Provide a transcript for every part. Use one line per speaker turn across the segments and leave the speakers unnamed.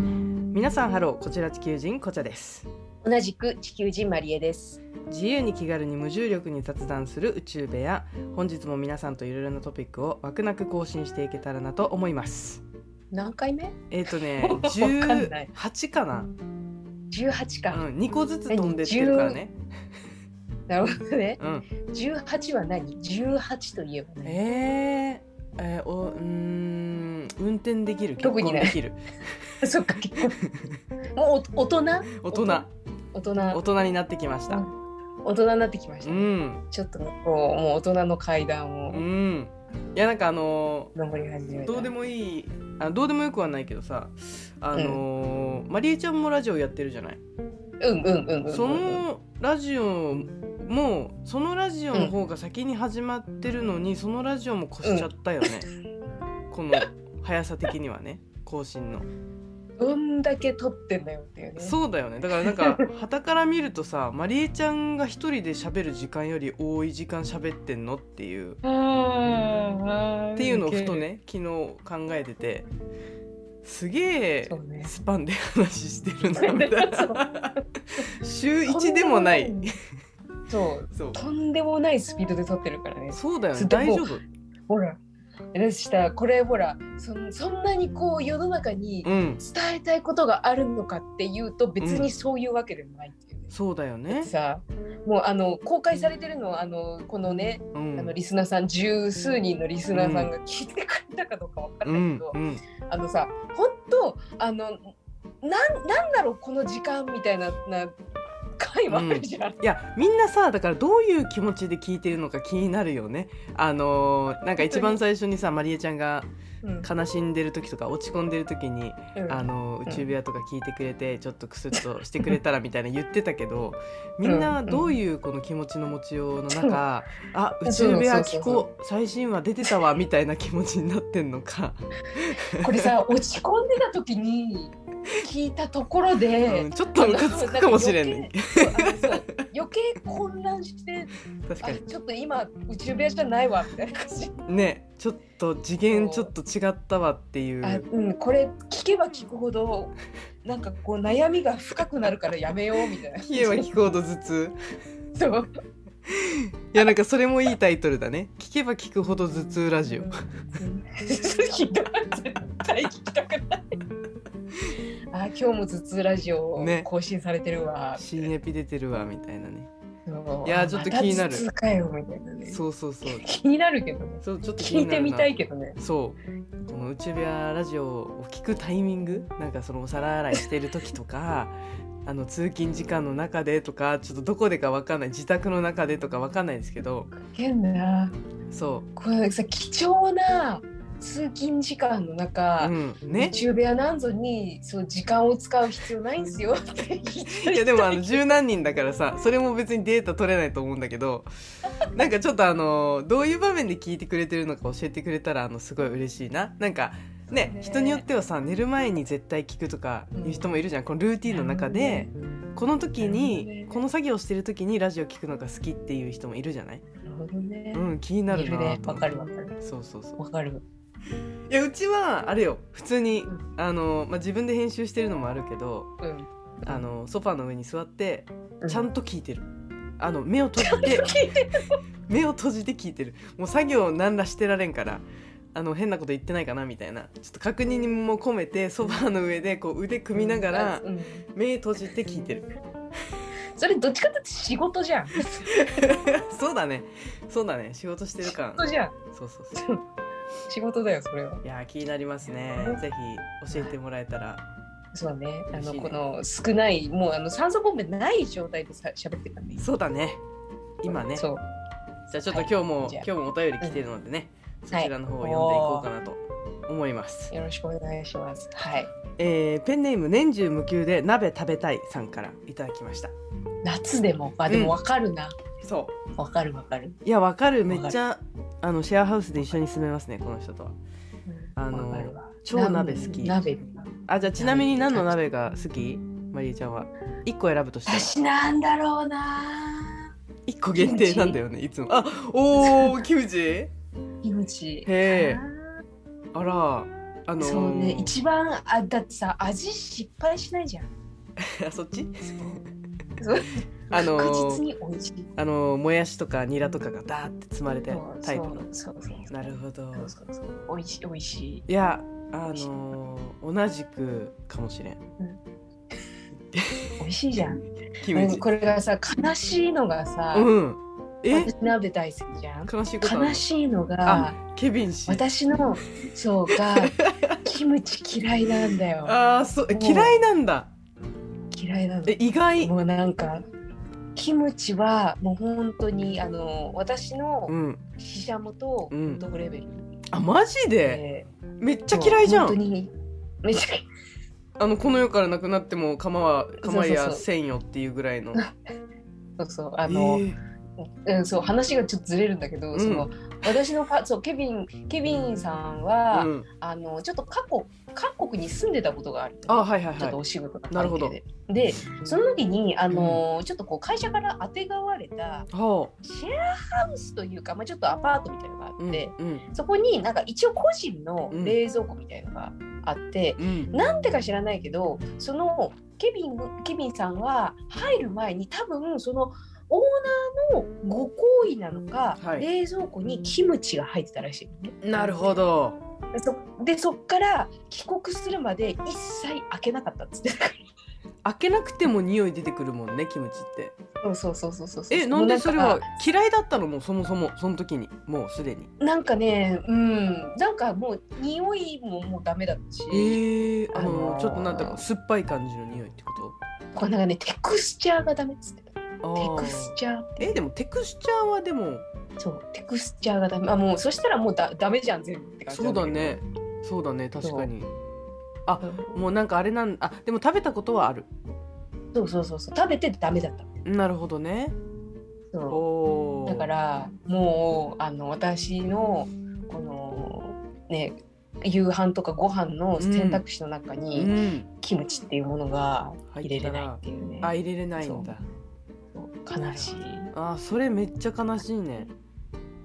皆さんハローこちら地球人こちゃです
同じく地球人マリエです。
自由に気軽に無重力に雑談する宇宙部屋本日も皆さんといろいろなトピックを枠なく更新していけたらなと思います
何回目？
えっ、ー、とね
わかんない
18かな、
十八
う
か。
ん、2個ずつ飛んでってるからね、
なるほどね。
うん、
十八は何？十八といえばね。
えー、えー、おうーん運転できる結
特に
婚
ね
できる
そっか 結構。もうお大人？
大人
大人。
大人になってきました
大人になってきまし
う
た。
ん
ちょっとこうもう大人の階段を
うんいやなんかあのー
登り始めた。
どうでもいいあどうでもよくはないけどさあのーマリエちゃんもラジオやってるじゃない、
うんうんうんうん。
そのラジオもそのラジオの方が先に始まってるのに、そのラジオも越しちゃったよね、この速さ的にはね更新の
どんだけ撮ってんだよっていうね。
そうだよねだからなんか傍から見るとさマリエちゃんが一人で喋る時間より多い時間喋ってんのっていう
あーあー。
っていうのをふとね昨日考えててすげえ
そうね
スパンで話してる
そ
な
う。
みたいな週1でもない。
そう。
そう
とんでもないスピードで撮ってるからね。
そうだよね
そうでも
大丈夫
ほら、でしたこれほらそん、そんなにこう世の中に
うん
伝えたいことがあるのかっていうと、別
うん
にそういうわけでもないっていうね。
そうだよね
さあもうあの公開されてるのはあのこのね、
うん
あのリスナーさん十数人のリスナーさんが聞いてくれたかどうかわから
う
ないけ
ん
ど、
うん
あのさ本当あのなんなんだろうこの時間みたいなな回はあるじゃん。
いやみんなさだからどういう気持ちで聞いてるのか気になるよねあのーなんか一番最初にさマリエちゃんが
うん
悲しんでる時とか落ち込んでる時に
うん
あの宇宙部屋とか聞いてくれてちょっとクスッとしてくれたらみたいな言ってたけどみんなどういうこの気持ちの持ちようの中あ宇宙部屋聞こう最新話出てたわみたいな気持ちになってんのか、
これさ落ち込んでた時に聞いたところで、
うんちょっとムカつくかもしれんねん
そうあのそう余計混乱して
確か
あ
に
ちょっと今宇宙部屋じゃないわみたいな感じ
ねちょっと次元ちょっと違ったわってい
あ、
う
うん、これ聞けば聞くほどなんかこう悩みが深くなるからやめようみたいな
聞けば聞くほど頭痛
そう
いやなんかそれもいいタイトルだね聞けば聞くほど頭痛ラジオ
うん ひどい絶対聞きたくないあ今日も頭痛ラジオ
ね
更新されてるわ、
新エピ出てるわみたいなね
そう
いやちょっと気になる
また頭痛かよみたいなね
そうそうそう
気になるけどね
そうちょっと気
聞
に
い
なる
て
な
みたいけどね
そうこの内部屋ラジオを聞くタイミングなんかそのお皿洗いしてる時とか あの通勤時間の中でとかちょっとどこでかわかんない自宅の中でとかわかんないですけど
変だな
そ
これさ貴重な通勤時間の
う、
中、
うん、
宇
ね
宙部屋なんぞにそう時間を使う必要ないんすよって言 いた
いやでもあの十何人だからさそれも別にデータ取れないと思うんだけ どなんかちょっとあのどういう場面で聞いてくれてるのか教えてくれたらあのすごい嬉しいななんかね
ね
人によってはさ寝る前に絶対聞くとかいう人もいるじゃんこのルーティンの中で。この時
なるほど
に
ね
この作業してる時にラジオ聞くのが好きっていう人もいるじゃない、
なるほどね、
うん、気になる
いね
なと思っ
わ
て
かるわかる
そうそうそう
わかる
いやうちはあれよ普通に
うん
あの、まあ、自分で編集してるのもあるけど
うん
あのソファーの上に座って
うん
ちゃんと聞いてるあの目を閉じて 目を閉じて聞いてるもう作業なんらしてられんからあの変なこと言ってないかなみたいなちょっと確認も込めてソファーの上でこう腕組みながら
うん
目閉じて聞いてる
それどっちかっていうと仕事じゃん仕
そうだねそうだね仕事してる感
事じゃん
そうそうそう
仕事だよそれはい
やー気になりますね。ぜひ教えてもらえたら。
そうねあ
嬉し
の
いね
この少ないもうあの酸素ボンベない状態でさ喋ってたね
そうだね。今ね。じ
そう
ゃあちょっと今日も、
はいじゃ
今
あ
日もお便り来てるのでね、
ん
そちらの方を読んでいこうかなと思います。
よろしくお願いしますはい
えーペンネーム年中無休で鍋食べたいさんからいただきました。
夏でもあでもわかるな
そ
わ、かるわかる、
う。いやわかるめ
わかる
っちゃあのシェアハウスで一緒に住めますねこの人とは。
うん
あの
わかるわ
超鍋好き
鍋
あじゃあちなみに何の鍋が好き？マリエちゃんは一個選ぶとしたら
私なんだろうな
一個限定なんだよねいつも。あおおキムチ？へ
キムチ
え。あらあのー
そう ね一番あだってさ味失敗しないじゃん
あそっち
そう
あのー
確実に美味しい
あのーもやしとかニラとかがダーって積まれてタイプの
そうそうそう
なるほど
そうそうそう美味しい美味しい
いやあのー同じくかもしれん
美味しいじゃん
キ
で
ム
も
チ
これがさ悲しいのがさ、
うんえ
私鍋大好きじゃん
悲しいことある
悲しいの
あ
が
ケビン氏
私のそうが キムチ嫌いなんだよ
あーそうえ嫌いなんだ
嫌いなの
え意外
もうなんかキムチはもう本当にあの私の
うん
シシャモと
うん
同レベル
あマジで
で、
めっちゃ嫌いじゃ
そう本当
ん
にめっちゃ
あのこの世からなくなっても構わ構い
そ
や
うそうそう
せんよっていうぐらいの
そうそう あの、
えー
うん、そう話がちょっとずれるんだけど、
うん
その私のパそうケビンケビンさんは、
うん
あのちょっと過去韓国に住んでたことがある
あはいはい
ちょっと
は
お仕事の
なる
関
ほど
係で。でその時にあの、ちょっとこう会社からあてがわれた
いは
シェアハウスというか、まあ、ちょっとアパートみたいなのがあ
あうん
って、
うん
そこになんか一応個人の冷蔵庫みたいなのがあって、
うん
なんでか知らないけどそのケビンケビンさんは入る前に多分そのオーナーのご好意なのか、
はい
冷蔵庫にキムチが入ってたらしいのね。
なるほど
そでそっから帰国するまで一切開けなかったっつって。
開けなくても匂い出てくるもんねキムチって
そうそうそうそうそうそう
えなんでそれは
もうなんか
嫌いだったのもうそもそもその時にもうすでに
なんかねうんなんかもう匂いももうダメだったし、
ええあの、
あのー
ちょっとなんだろう酸っぱい感じの匂いってこ
これなんかねテクスチャーがダメっつってたテ
とあ
クス
ー
チャーって
えでもテクスチャーはでも
そうテクスチャーがダメあもうそしたらもうだダメじゃん全部って感じ
そ
な
うん
だ
だ
けど
ねそうだね確かに
うん
もうなんかあれなんあでも食べたことはある
そうそうそうそう食べてダメだった
なるほどね
そ
お
う
お
だからもうあの私のこのね夕飯とかご飯の選択肢の中
う
に
ん
キムチっていうものが
入
入れ
って
れ
た
ない
ら
っていうね、
あ入れれないんだ
そう悲しい
あーそれめっちゃ悲しいね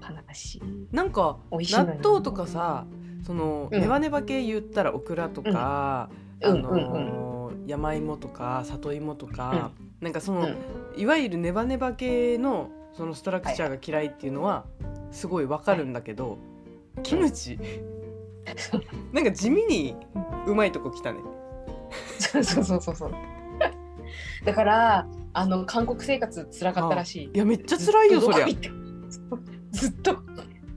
悲しい
なんか
美味しいの
納
に
豆とかさその、
うん
ネバネバ系言ったらオクラとか、
うん
あのー
うん
山芋とか里芋とか、なんかその、
うん
いわゆるネバネバ系のそのストラクチャーが嫌いっていうのはすごいわかるんだけど、キムチなんか地味にうまいとこ来たね
そうそうそうそうそう。だからあの韓国生活辛かったらしい。
いやめっちゃ辛いよ
ず
そ
っと
りゃ
ずっと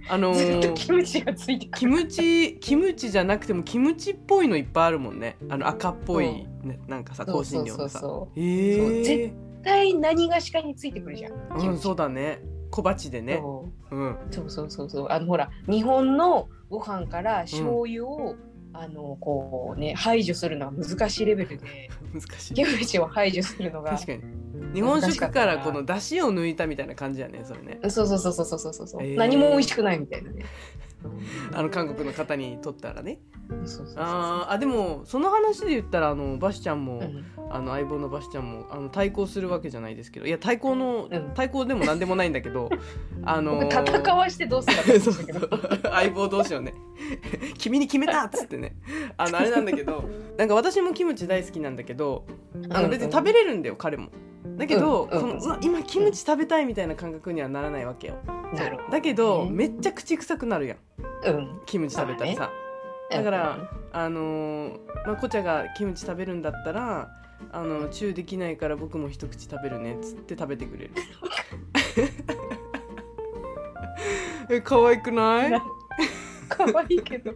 あの
ずっと
ー
キムチがついてくる。
キムチキムチじゃなくてもキムチっぽいのいっぱいあるもんねあの赤っぽい、ねなんかさ
そ
香
うそ
辛
う
料
そ
の
う
さ
そ
えー、
う。絶対何がしかについてくるじゃん。キ
う
ム
ん
チ
そうだね小鉢でね
そう
うん
そうそうそうそう。あのほら日本のご飯から醤油を、あのこうね排除するのは難しいレベル で
難し
キ
い
ムチを排除するのが
確。かに日本食からこの出汁を抜いたみたいな感じやねそれね
そうそうそうそうそうそうそう、
えー
何も美味しくないみたいなね。
あの韓国の方にとったらね
そうそうそうそう
あーあでもその話で言ったらあのバシちゃんも、
うん
あの相棒のバシちゃんもあの対抗するわけじゃないですけどいや対抗の、
うん
対抗でも何でもないんだけ どあの
僕
ー
戦わしてどうするかと思って
そう
ま
そ
したけど
う相棒同士をね 「君に決めた!」っつってねあのあれなんだけどなんか私もキムチ大好きなんだけどあの別に食べれるんだよ彼も。だけど、
うんうん
そのうわ今キムチ食べたいみたいな感覚にはならないわけよ。
なるほど
だけど、
ね
めっちゃ口臭くなるやん
うん、
キムチ食べたらさ。だから、あのーまあ、こちゃがキムチ食べるんだったら、あのチューできないから僕も一口食べるねっつって食べて くれる。え可愛くない？
可愛いけど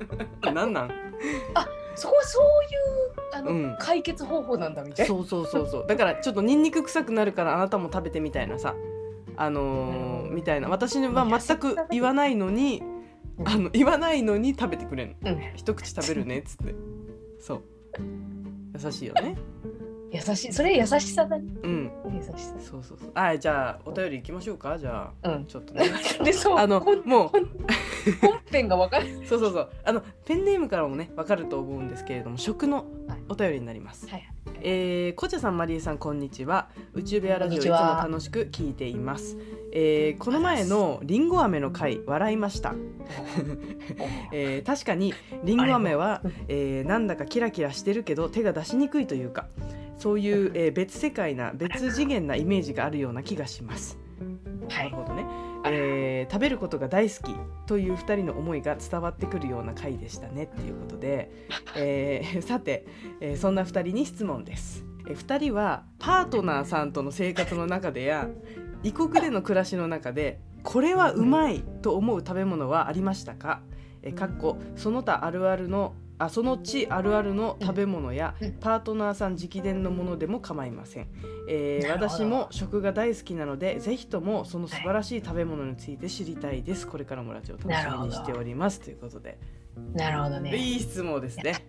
なんなん？
そこはそういうあの、
うん
解決方法なんだみたいな
そうそうそうそう。だからちょっとニンニク臭くなるからあなたも食べてみたいなさ、あ
なる
の
ほ
ー
ど
みたいな。私は全く言わないのに、あの言わないのに食べてくれるの。
うん、
一口食べる ねっつって。そう。優しいよね。
優しいそれ優しさだね
うん。
優しさ
そうそうそう。あじゃあお便り行きましょうかじゃあ、
うん
ちょっとね。
でそう
あ の
ほん
もう
本編が分か る
そうそうそうあのペンネームからもねわかると思うんですけれども食のお便りになります。
はい
えー、こちゃさんまりえさんこんにちは宇宙部屋ラジオい
こんに
つ
ち
も
は
楽しく聞いています、えーこの前のりんご飴の回笑いました、えー確かにりんご飴は
あれ、
えーなんだかキラキラしてるけど手が出しにくいというかそういう、えー別世界な別次元なイメージがあるような気がします。
は
ないるほどね、えー食べることが大好きという2人の思いが伝わってくるような回でしたねっていうことで、えーさて、えーそんな2人に質問です、え2人はパートナーさんとの生活の中でや異国での暮らしの中でこれはうまいと思う食べ物はありましたか、えーかっこその他あるあるのあその地あるあるの食べ物や
うん
パートナーさん直伝のものでも構いません、えー
なるほど
私も食が大好きなのでぜひともその素晴らしい食べ物について知りたいですこれからもラジオ楽しみにしておりますということで
なるほどね。
いい質問ですね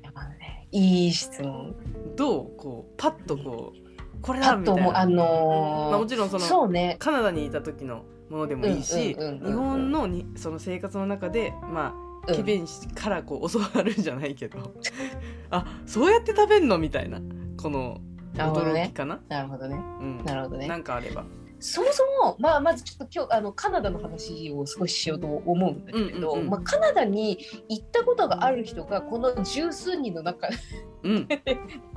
いい質問。
どうこうパッとこうこれ
パ
だ
ッ
み
と
たい
も
な
うあ
まあ、も
の
ちろんそ
ー、
の
そうね。
カナダにいた時のものでもいいし
うんうんうんうんうん
日本のにその生活の中でまあ
うん
ケビンからこう教わるんじゃないけど あそうやって食べんのみたいなこの
なるほ
驚
ど
き
ね。
かな
なるほどね。
うん
なるほど
な
ね。
んかあれば
そもそも、まあ、まずちょっと今日あのカナダの話を少ししようと思うんだけど、
うんうんうん
まあ、カナダに行ったことがある人がこの十数人の中
うん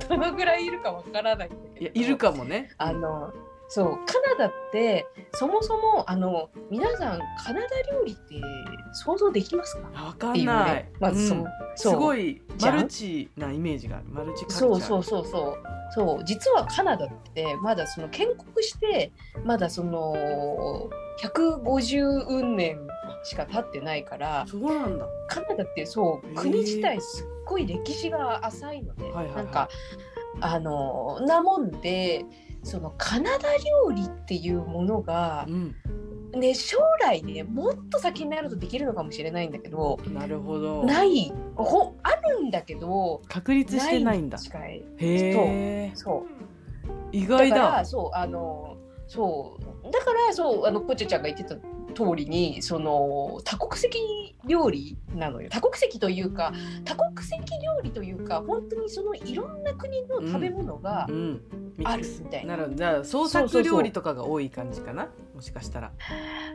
どのぐらいいるかわからないんだけど
いやいるかもね
あのそうカナダってそもそもあの皆さんカナダ料理って想像できますか
わか
ってい
ん
う
ない、
ねまずそう、
うんす
そう
ごい
じ
マ
ゃん
ルチなイメージがあるマルチカルチャー
そうそうそうそうそう実はカナダってまだその建国してまだその150運年しか経ってないから
そうなんだ
カナダってそう国自体すっごい歴史が浅いので、
はいはいはい
なんかあのなもんでそのカナダ料理っていうものが
う、ん
ね、将来ねもっと先になるとできるのかもしれないんだけど
なるほど
ないほあるんだけど
確立してないんだ
近い
へえ
そう
意
だ
外
か
だ
らそうあのそうだからそうあのポチョちゃんが言ってた通りにその多国籍料理なのよ多国籍というか多国籍料理というか本当にそのいろんな国の食べ物が
うんミ
あ
ッ
る
クス
みたい
な
な。
るほどじゃあ創
そ
作
うそうそう
料理とかが多い感じかなもしかしたら、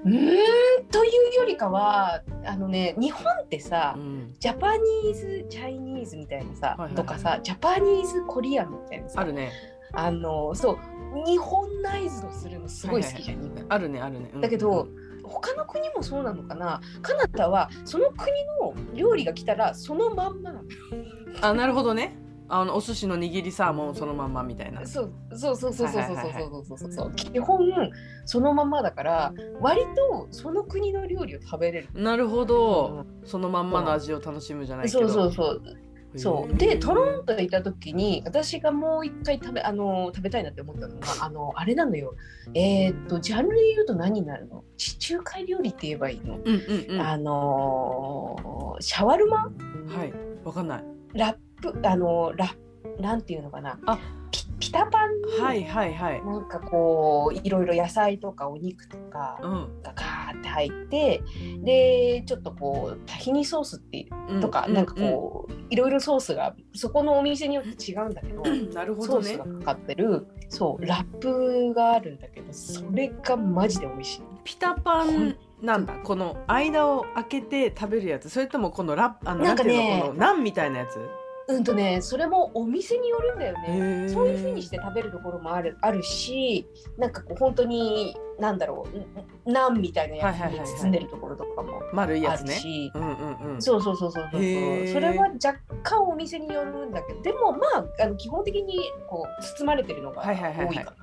うーんというよりかはあのね日本ってさ、
うん、
ジャパニーズチャイニーズみたいなさ、
いはいはい
とかさジャパニーズコリアンみたいなさ
あるね
あのそう日本ナイズドするのすごい好きじゃん、日本
あるねあるね、うん
だけど他の国もそうなのかなカナダはその国の料理が来たらそのまんまなの
あなるほどねあのお寿司の握りサーモンそのまんまみたいな
そうそうそうそうそうそう
はいはいはい
そうそうそうそう基本そのまんまだから割とその国の料理を食べれる
なるほど、そのまんまの味を楽しむじゃないけ
そ
ど
うそうそうそうでトロントにいた時に私がもう一回食べあの食べたいなって思ったのがあのあれなのよえーっとジャンルで言うと何になるの地中海料理って言えばいい
う
の、
んうんうんは
あのーシャワルマ
いわかんない
ラップあのラなんていうのかな
あ
ピピタパンに、
はいはいはい
なんかこういろいろ野菜とかお肉とか
うん
がガーって入ってでちょっとこうタヒニソースって
うん
とか、
うん
なんかこういろいろソースがそこのお店によって違うんだけど。
うんなるほ
ソ
ど
ース
ね
がかかってるそうラップがあるんだけどそれがマジで美味しい
ピタパンなんだこの間を開けて食べるやつそれともこのラあのな
なんん
て
か
いう
ね
のこのナンみたいなやつ
うんとねそれもお店によるんだよね
へー
そういう風にして食べるところもあるあるしなんかこう本当になんだろうナンみたいなやつ
はいはいはい
に
はい
包んでるところとかも
丸い
あ
やつ
る
ね
し。
うんうんうん
そうそうそうそうそうそう
へー
それは若干お店によるんだけどでもまああの基本的にこう包まれてるのが
は
多
い
い
はいはいはい
かな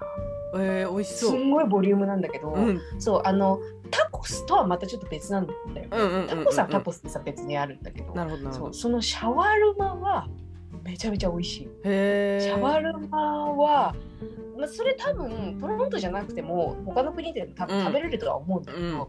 えー、美味し
す
そうん
ごいボリュームなんだけど、
うんうん
そうあのタコスとはまたちょっと別なんだよね、
うんうんうん
タコスはタコスってさ別にあるんだけど
なるほどなる
そ
ほ
う
ど
そのシャワルマはめちゃめちゃ美味しい
へえ
シャワルマは、まあ、それ多分トロントじゃなくても他の国でも多
うん
分食べれるとは思うんだけど、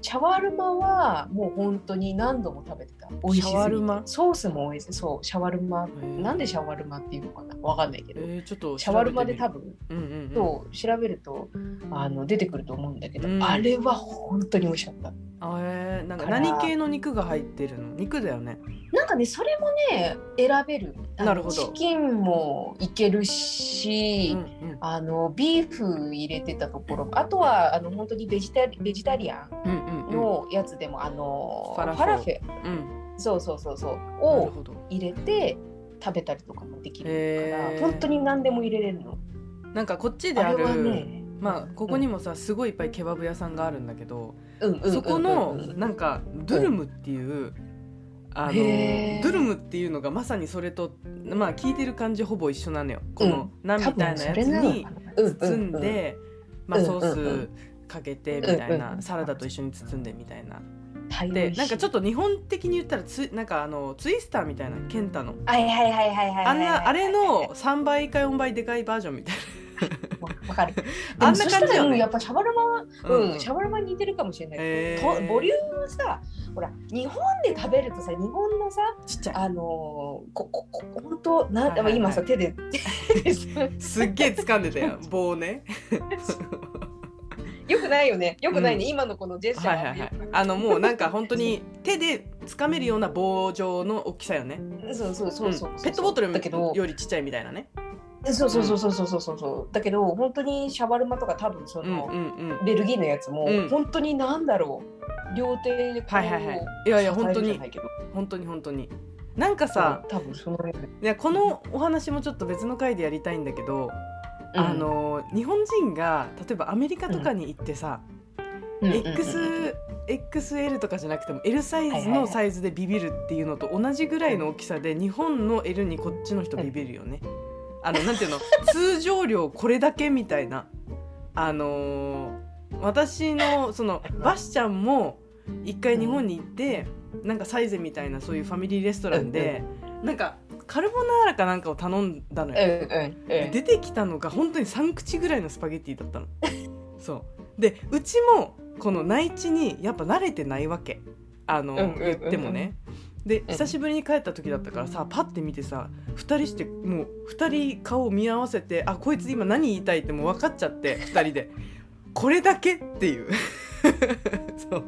シャワルマはもう本当に何度も食べてた美味しい
シャワルマ
ソースも美味しいそうシャワルマなん
で
でシャワルマっていうのかなわかんないけ
え
ど
ー、ちょっと
シャワルマで多
分
分
うんうんうん
そう調べるとあの出てくると思うんだけど、
うん
あれは本当に美味しかった
あえー、なんか
から
何系の肉が入ってるの肉だよね
なんかねそれもね選べるあの
なるほど
チキンもいけるし、
うんうん
あのビーフ入れてたところあとはあの本当にベジタベジタリア
うんうん
ン
うん
のやつでも、あの
ファラフェ
ファラフェ
うん
そうそうそうそ
な
う
る
を
ほど
入れて食べたりとかもできるから、
へー
本当に何でも入れれるの
なんかこっちで
あ
あ
れ
る
はね
まあここにもさすごいいっぱいケバブ屋さんがあるんだけど、
うんうんうんうん
そこの
うん
なんかドゥルムっていうあのド
へー
ゥルムっていうのがまさにそれとまあ聞いてる感じほぼ一緒なのよこのナンみたいなやつに包んで、まあ、
うん
ソ
うんう
ースかけてみたい
うんう
な、
ん
サラダと一緒に包んでみたいな。
多
で
様
なんかちょっ
っと
と日本的に言ったらツイなんかあのツイスターみたいなケンタの
はいはいはいはいはい
あんなあれの3倍か4倍でかいバージョンみたい
わ わかる
なあん
で
な感じ
もそしたら
よ
うん
ね
やっ。ぱシャバルマ
うん
うんシャバルマに似てるかもしれない
へ
けど、
ー
とボリュームさほら日本で食べるとさ日本のさ
ちっちゃ
あのーこここ本当な、
はいはいはい
今さ手で手でさ
いすっげえ掴んでた よ棒ね。
よくないよねよくないね、
う
今のこのジェスチ
は
ャ
い
ー
はいはい、あのもうなんか本当に手で掴めるような棒状の大きさよね。
そうそうそうそう、
んペットボトル
だけど
よりちっちゃいみたいなね。
そうそうそうそうそうそうそうそうだけど本当にシャバルマとか多分そ
うん
の、
うんうん。
ベルギーのやつも、
うん
本当になんだろう両手でこう
はいはいはい。いやいや本当
支えるじ
に
ゃないけど
本当に本当に。なんかさ、
多分そのレベル
いやこのお話もちょっと別の回でやりたいんだけど、
うん
あの日本人が例えばアメリカとかに行ってさ、
うんうんうん
X XL とかじゃなくても L サイ
はい
ズ
はいは
の
い
サイズでビビるっていうのと同じぐらいの大きさで日本の L にこっちの人ビビるよね。あのなんていう の通常量これだけみたいなあのー私のそのバシちゃんも一回日本に行って、なんかサイゼみたいなそういうファミリーレストランで、なんかカルボナーラかなんかを頼んだのよ。
うんうんうん
出てきたのが本当に3口ぐらいのスパゲッティだったの そうでうちもこの内地にやっぱ慣れてないわけあの、
うんうんうんうん
言ってもねで
うん
久しぶりに帰った時だったからさパッて見てさ2人してもう2人顔を見合わせてあこいつ今何言いたいってもう分かっちゃって2人でこれだけっていう そう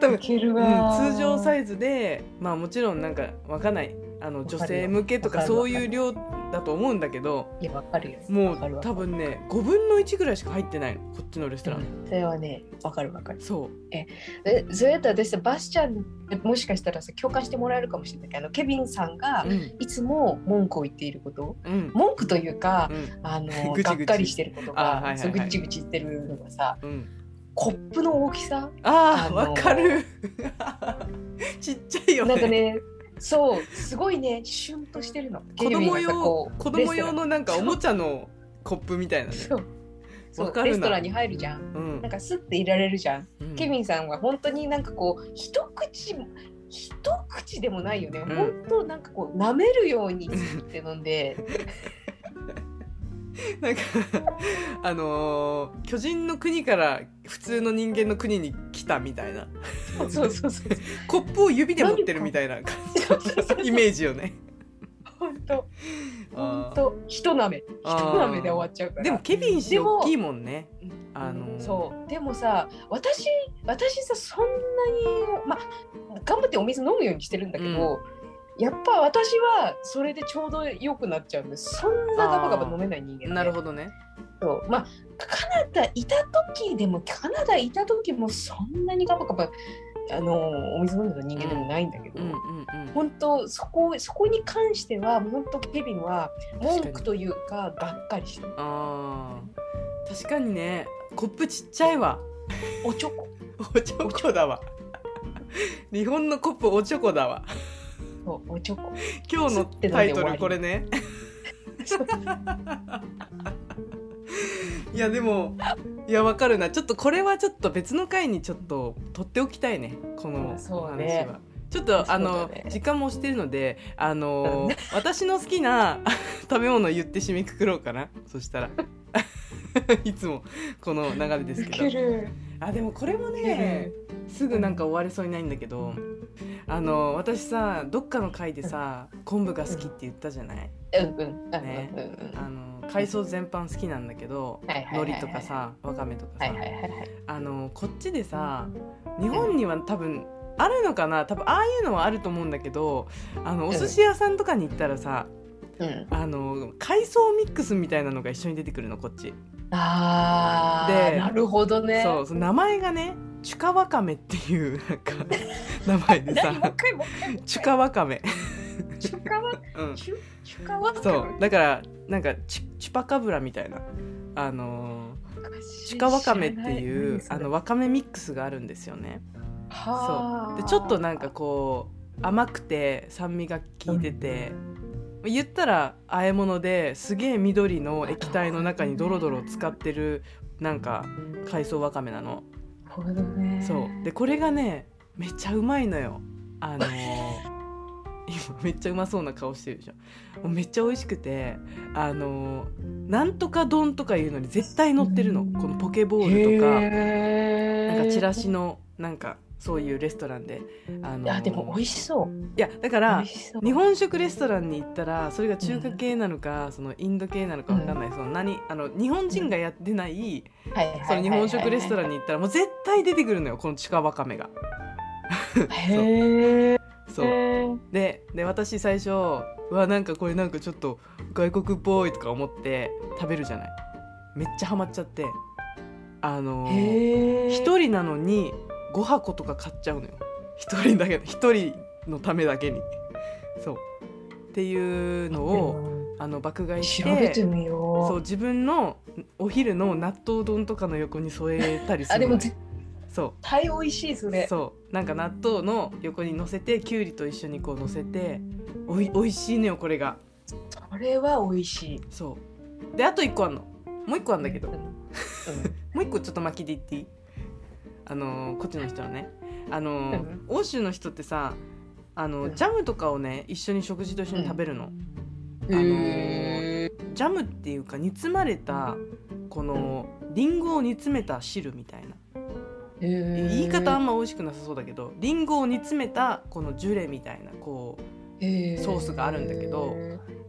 多分
いけるわ
う
ー、
ん、通常サ
イ
イズでまあもちろんなんかわかんないあの
わかる
女
よ
性向けとか
わかる
そういう量だと思うんだけど
いやわかるよ
も
わかる
う
わ
多分ね5分の1ぐらいしか入ってないのこっちのレストラン、
それはねわかるわかる
そう
えそれだったら私さバスちゃんもしかしたらさ共感してもらえるかもしれないけどあのケビンさんが
うん
いつも文句を言っていること
うん
文句というか
うん
あの
ぐちぐち
がっかりしてること
あはいはいは
が
い
そうぐっちぐち言ってるのがさ
うん
コップの大きさ
あ
あ
あ
のー
わかる ちっちゃいよね
なんかねそうすごいねシュンとしてるの
子供
ケビンがさ
用
こう
子供用のなんか
レストラン
おもちゃのコップみたいなね
レストランそう
わ
そ
か
う
るな
レストランに入るじゃん
うん
なんかスッていられるじゃん、
うん
ケビンさんは本当になんかこう一口も一口でもないよね、
うん
本当なんかこう舐めるようにスッて飲んで
なんかあのー巨人の国から普通の人間の国に来たみたいな
そうそうそうそう
コップを指で持ってるみたいな感
そうそうそう
じイメージよね
本当
あー
本当ひと舐めひと
あー
舐めで終わっちゃうから
でもケビン氏
でも
大きいもんねあのー
そうでもさ私私さそんなにまあ頑張ってお水飲むようにしてるんだけど、やっぱ私はそれでちょうど良くなっちゃうんですそんなガバガバ飲めない人間で
なるほどね
そうまあカナダいた時でもカナダいた時もそんなにガバガバあのお水飲んでた人間でもないんだけど、
うんうん
本当そこそこに関しては本当ケビンは文
確か
句
に
というかがっかりしてる
あー確かにねコップちっちゃいわ
おちょこ
おちょこだわ日本のコップおちょこだわ
そうおちょこ
今日のタイトルこれね
そう
いやでもいやわかるなちょっとこれはちょっと別の回にちょっと取っておきたいねこのお
そ
話
う
は、
ね
ちょっとあ
そう
の、
だね
時間も押してるのであの私の好きな 食べ物を言って締めくくろうかなそしたら いつもこの流れです
ウ
け
ケ
ど
る
あでもこれも
ウケ
ね
る
すぐなんか終われそうにないんだけどあの私さどっかの回でさ昆布が好きって言ったじゃない
うんうんうん
ね
うんうん
あの海藻全般好きなんだけど
はいはいはいはい
海苔とかさわかめとか
は
さ
いはいはいはい
あのこっちでさ日本には多分あるのかな多分ああいうのはあると思うんだけどあのお寿司屋さんとかに行ったらさ
うん
あの海藻ミックスみたいなのが一緒に出てくるのこっち、
あー
で
なるほどね
そうその名前がねチュカワカメっていうなん か名前で
何もう
さ
一回もう一回もう一回
チュカワカメ、
チュカワ
うん、
チュチュカワ
そうだからなんかチチュパカブラみたいなあのチュカワカメっていうあのわかめミックスがあるんですよねそうでちょっとなんかこう甘くて酸味が効いてて言ったら和え物ですげえ緑の液体の中にドロドロ使ってるなんか海藻わかめなの
ほどね
そうでこれがねめっちゃうまいのよあの 今めっちゃうまそうな顔してるでしょもうめっちゃ美味しくてあのなんとか丼とかいうのに絶対乗ってるのこのポケボールとか
な
なんかチラシのなんかそういうレストランであの
あでも美味しそう
いやだか
美
ら
味しそう
日本食レストランに行ったらそれが中華系なのか、そのインド系なのかわかんない、その何あの日本人がやってない、
はいはいはいはい
その日本食レストランに行ったらもう絶対出てくるのよこの近わかめが。
へえ
そうでで私最初うわなんかこれなんかちょっと外国っぽいとか思って食べるじゃないめっちゃハマっちゃってあのー
へえ
一人なのに5箱とか買っちゃうのよ一人だけ一人のためだけにそうっていうのをあの爆買いし
調べて
て
みよう
そう自分のお昼の納豆丼とかの横に添えたりす
あで
るのよ
も絶
そ
対美味しいそうれ
そうなんか納豆の横に乗せてきゅうりと一緒にこう乗せておいおいしいのよこれが
それは美味しい
そうであと一個あんのもう一個あんだけど
う
も
ん
う一個ちょっと巻きで言っていいあのーこっちの人のねあのー
うん
欧州の人ってさあの
うん
ジャムとかをね一緒に食事と一緒に食べるの、
うんへえ
ジャムっていうか煮詰まれたこのリンゴを煮詰めた汁みたいな言い方あんま美味しくなさそうだけどリンゴを煮詰めたこのジュレみたいなこうソースがあるんだけど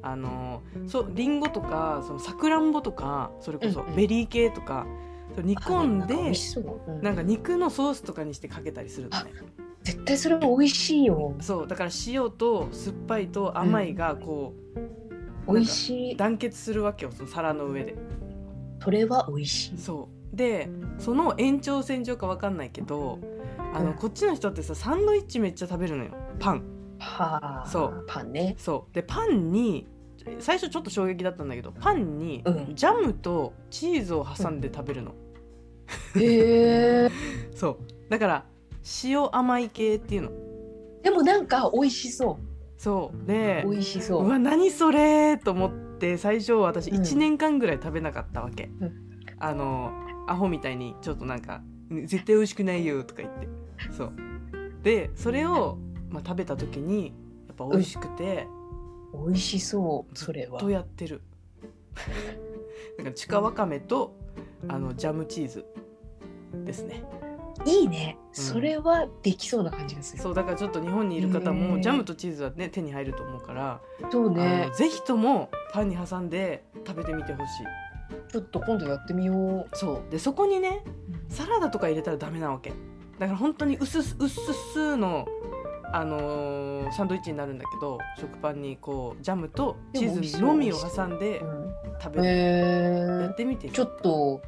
あのそうリンゴとかそのさくらんぼとかそれこそ
うんうん
ベリー系とか、それ煮込んで
あもなんか美味しそううん
なんか肉のソースとかにしてかけたりするのね
絶対それ美味しいよ
そうだから塩と酸っぱいと甘いがこ
美味し
う
い
団結するわけよその皿の上で
それは美味しい
そうでその延長線上かわかんないけどあ
う
の
ん
こっちの人ってさサンドイッチめっちゃ食べるのよパン
はあ
そう
パンね
そうでパンに最初ちょっと衝撃だったんだけどパンに
うん
ジャムとチーズを挟んで食べるの、
へえ
そうだから塩甘い系っていうの
でもなんか美味しそ
そうで
う美味しそうう
わ何それと思って最初私
うん
1年間ぐらい食べなかったわけ、
う
あのアホみたいにちょっとなんか「うん絶対美味しくないよ」とか言ってそうでそれを、まあ、食べた時にやっぱ美味しくて、
美味しそうそれは
とやって るなんかちかわかめとあのジャムチーズですね
いいねそれはできそうな感じがする
そうだからちょっと日本にいる方
へ
も
ー
ジャムとチーズはね手に入ると思うから
そう
あ
ね
のぜひともパンに挟んで食べてみてほしい
ちょっと今度やってみよう
そうでそこにねサラダとか入れたらダメなわけだから本当に薄す薄すのあのーサンドイッチになるんだけど食パンにこうジャムとチーズのみを挟んで
う
食べ
ん
るや
へ
ってみて
えちょっと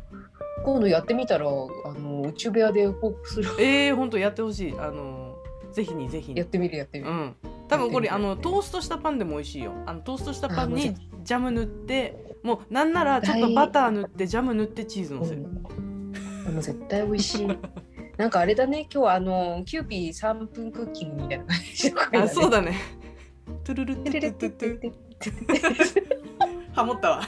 今度やってみたらあの宇宙部屋で報告する
えー、本当やってほしいあのーぜひにぜひに
やってみるやってみ
う
る
ん多分これ
や
あ
ってみる
のトーストしたパンでも美味しいよあのトーストしたパン
あ
に
も
ジャム塗ってもうなんならちょっとバター塗ってジャム塗ってチーズのせる、
うん、もう絶対美味しい。なんかあれだね、今日はあのキューピー三分クッキングみたいな感じの声
あそうだ
だ
ねトゥルルトゥ
ね。
ルルトゥトゥハモったわ。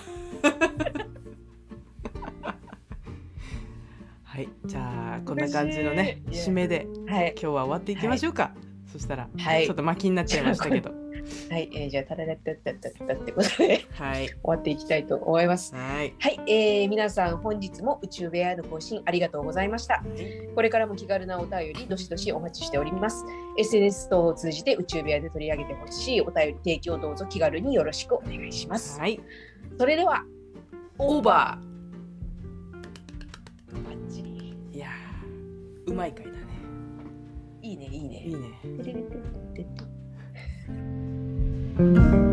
はい、じゃあこんな感じのね
嬉しい
締めで
はい
今、日は終わっていきましょうか。そしたら、
はい
ちょっと巻きになっちゃいましたけど、
はい、えーじゃあ、たららたたたたってことで
はい
終わっていきたいと思います。
はい
はい、えー、皆さん本日も宇宙部屋への更新ありがとうございました。これからも気軽なお便り、どしどしお待ちしております。SNS 等を通じて宇宙部屋で取り上げてほしいお便り提供どうぞ気軽によろしくお願いします。
はい
それでは、
オーバ
バッチリ。
ーいやーうまい回だね
いいね、いいね
いい。ね
てれれてれれてれ